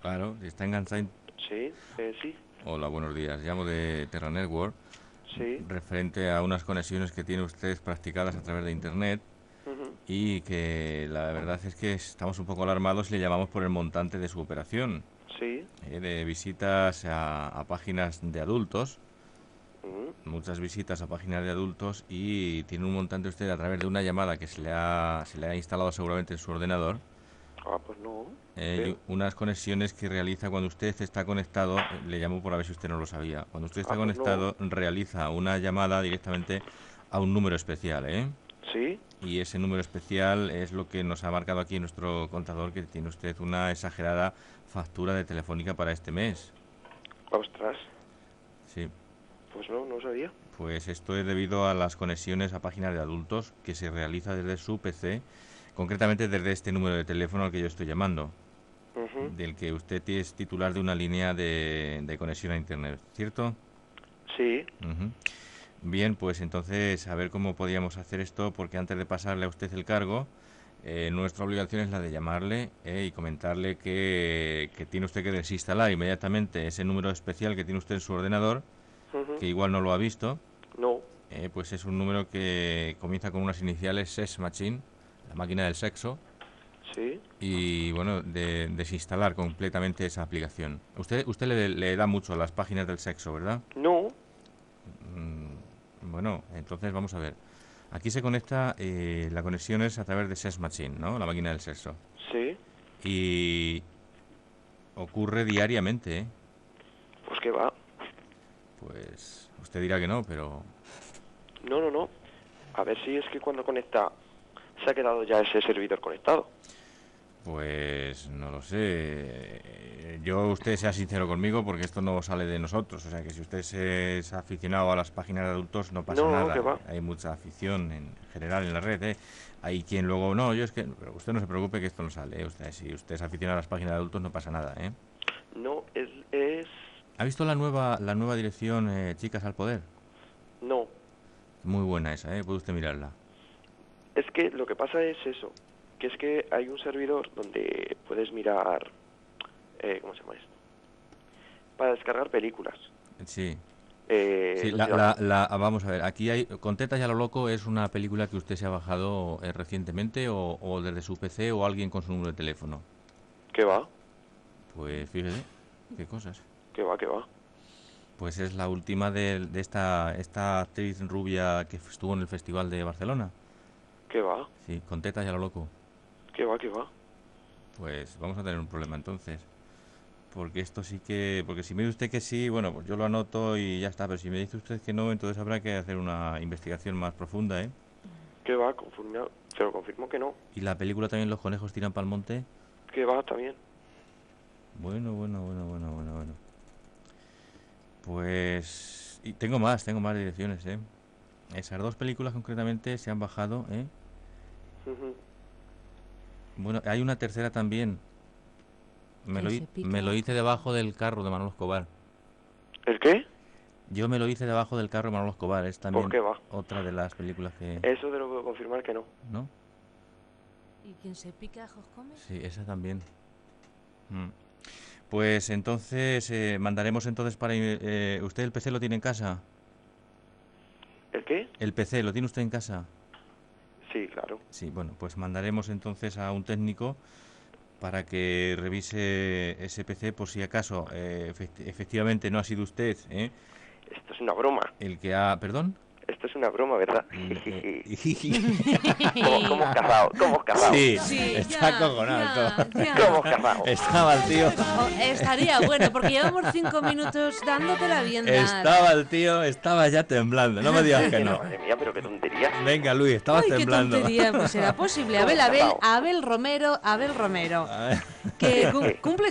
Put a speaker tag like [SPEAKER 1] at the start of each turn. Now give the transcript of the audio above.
[SPEAKER 1] Claro, está enganchado.
[SPEAKER 2] Sí, eh, sí,
[SPEAKER 1] Hola, buenos días. Llamo de Terra Network,
[SPEAKER 2] sí.
[SPEAKER 1] referente a unas conexiones que tiene usted practicadas a través de Internet
[SPEAKER 2] ujú.
[SPEAKER 1] y que la verdad es que estamos un poco alarmados y le llamamos por el montante de su operación,
[SPEAKER 2] Sí.
[SPEAKER 1] eh, de visitas a, a páginas de adultos,
[SPEAKER 2] ujú.
[SPEAKER 1] muchas visitas a páginas de adultos y tiene un montante usted a través de una llamada que se le ha, se le ha instalado seguramente en su ordenador.
[SPEAKER 2] Ah, pues no.
[SPEAKER 1] Eh, y
[SPEAKER 2] Sí.
[SPEAKER 1] unas conexiones que realiza cuando usted está conectado, eh, le llamo por a ver si usted no lo sabía, cuando usted está
[SPEAKER 2] Ah, pues no.
[SPEAKER 1] conectado realiza una llamada directamente a un número especial, ¿eh?
[SPEAKER 2] Sí,
[SPEAKER 1] Y ese número especial es lo que nos ha marcado aquí nuestro contador, que tiene usted una exagerada factura de telefónica para este mes.
[SPEAKER 2] ostras.
[SPEAKER 1] Sí,
[SPEAKER 2] Pues no, no sabía.
[SPEAKER 1] pues esto es debido a las conexiones a páginas de adultos que se realiza desde su PC, concretamente desde este número de teléfono al que yo estoy llamando.
[SPEAKER 2] Ujú.
[SPEAKER 1] del que usted es titular de una línea de, de conexión a Internet, ¿cierto?
[SPEAKER 2] Sí,
[SPEAKER 1] Ujú. Bien, pues entonces a ver cómo podíamos hacer esto, porque antes de pasarle a usted el cargo, eh, nuestra obligación es la de llamarle eh, y comentarle que, que tiene usted que desinstalar inmediatamente ese número especial que tiene usted en su ordenador,
[SPEAKER 2] ujú.
[SPEAKER 1] que igual no lo ha visto,
[SPEAKER 2] no.
[SPEAKER 1] eh, pues es un número que comienza con unas iniciales Sex Machine, la máquina del sexo,
[SPEAKER 2] Sí,
[SPEAKER 1] y bueno, de, desinstalar completamente esa aplicación. Usted, usted le, le da mucho a las páginas del sexo, ¿verdad?
[SPEAKER 2] no.
[SPEAKER 1] Mm, bueno, entonces vamos a ver. Aquí se conecta, eh, la conexión es a través de Sex Machine, ¿no? La máquina del sexo.
[SPEAKER 2] Sí,
[SPEAKER 1] Y ocurre diariamente, ¿eh?
[SPEAKER 2] pues que va.
[SPEAKER 1] Pues usted dirá que no, pero
[SPEAKER 2] No, no, no. A ver si es que cuando conecta se ha quedado ya ese servidor conectado.
[SPEAKER 1] pues no lo sé. Yo, usted sea sincero conmigo porque esto no sale de nosotros. O sea que si usted se- es aficionado a las páginas de adultos no pasa
[SPEAKER 2] No,
[SPEAKER 1] nada.
[SPEAKER 2] que va.
[SPEAKER 1] Hay mucha afición en general en la red. ¿eh? Hay quien luego no. Yo es que pero usted no se preocupe que esto no sale. ¿eh? Usted, si usted es aficionado a las páginas de adultos no pasa nada. ¿eh?
[SPEAKER 2] No, es... es...
[SPEAKER 1] ¿Ha visto la nueva la nueva dirección eh, Chicas al Poder?
[SPEAKER 2] No.
[SPEAKER 1] Muy buena esa. ¿eh? Puede usted mirarla.
[SPEAKER 2] Es que lo que pasa es eso, que es que hay un servidor donde puedes mirar, eh, ¿cómo se llama esto? Para descargar películas.
[SPEAKER 1] Sí.
[SPEAKER 2] Eh,
[SPEAKER 1] Sí, la, la- la- ah, vamos a ver, aquí hay, con Tetas y a lo loco es una película que usted se ha bajado eh, recientemente o, o desde su PC o alguien con su número de teléfono.
[SPEAKER 2] ¿Qué va?
[SPEAKER 1] Pues fíjese, qué cosas.
[SPEAKER 2] ¿Qué va? ¿Qué va?
[SPEAKER 1] Pues es la última de, de esta, esta actriz rubia que estuvo en el Festival de Barcelona.
[SPEAKER 2] ¿Qué va?
[SPEAKER 1] Sí, con Tetas y a lo loco.
[SPEAKER 2] ¿Qué va? ¿Qué va?
[SPEAKER 1] Pues vamos a tener un problema entonces. Porque esto sí que, porque si me dice usted que sí, bueno, pues yo lo anoto y ya está, pero si me dice usted que no, entonces habrá que hacer una investigación más profunda, ¿eh?
[SPEAKER 2] ¿Qué va? Confirma- te lo confirmo que no.
[SPEAKER 1] ¿Y la película también Los conejos tiran pa'l monte?
[SPEAKER 2] ¿Qué va también?
[SPEAKER 1] Bueno, bueno, bueno, bueno, bueno, bueno. Pues... Y tengo más, tengo más direcciones, ¿eh? Esas dos películas concretamente se han bajado, ¿eh?
[SPEAKER 2] Ujú.
[SPEAKER 1] Bueno, hay una tercera también. Me
[SPEAKER 3] Que
[SPEAKER 1] lo,
[SPEAKER 3] se
[SPEAKER 1] hi-
[SPEAKER 3] pica.
[SPEAKER 1] me lo hice debajo del carro de Manolo Escobar.
[SPEAKER 2] ¿El qué?
[SPEAKER 1] Yo me lo hice debajo del carro de Manolo Escobar. Es también
[SPEAKER 2] qué va? Eh.
[SPEAKER 1] otra de las películas que...
[SPEAKER 2] Eso te lo puedo confirmar que no.
[SPEAKER 1] ¿No?
[SPEAKER 3] ¿Y quien se pica ajos come?
[SPEAKER 1] Sí, esa también. Mm. Pues entonces, eh, mandaremos entonces para... eh, ¿Usted el PC lo tiene en casa?
[SPEAKER 2] ¿El qué?
[SPEAKER 1] ¿El PC lo tiene usted en casa?
[SPEAKER 2] Sí, claro.
[SPEAKER 1] Sí, bueno, pues mandaremos entonces a un técnico para que revise ese PC por si acaso eh, efecti- efectivamente no ha sido usted ¿eh?
[SPEAKER 2] Esto es una broma.
[SPEAKER 1] el que ha... ¿Perdón?
[SPEAKER 2] Esto es una broma, ¿verdad?
[SPEAKER 1] Mm, eh,
[SPEAKER 2] ¿Cómo, cómo has cazado? ¿Cómo has cazado?
[SPEAKER 1] sí,
[SPEAKER 3] Sí,
[SPEAKER 1] está
[SPEAKER 3] ya,
[SPEAKER 1] acojonado.
[SPEAKER 3] ya,
[SPEAKER 1] todo.
[SPEAKER 3] ya.
[SPEAKER 2] ¿Cómo has cazado?
[SPEAKER 1] Estaba el tío...
[SPEAKER 3] Oh, estaría bueno, porque llevamos cinco minutos dándote la vienda.
[SPEAKER 1] Estaba el tío, estaba ya temblando, no me digas que no.
[SPEAKER 2] Madre mía, pero qué tontería.
[SPEAKER 1] Venga, Luis, estabas
[SPEAKER 3] Ay, qué
[SPEAKER 1] temblando.
[SPEAKER 3] tontería, pues era posible. Abel, Abel, Abel Romero, Abel Romero,
[SPEAKER 1] A ver.
[SPEAKER 3] que cum- cumple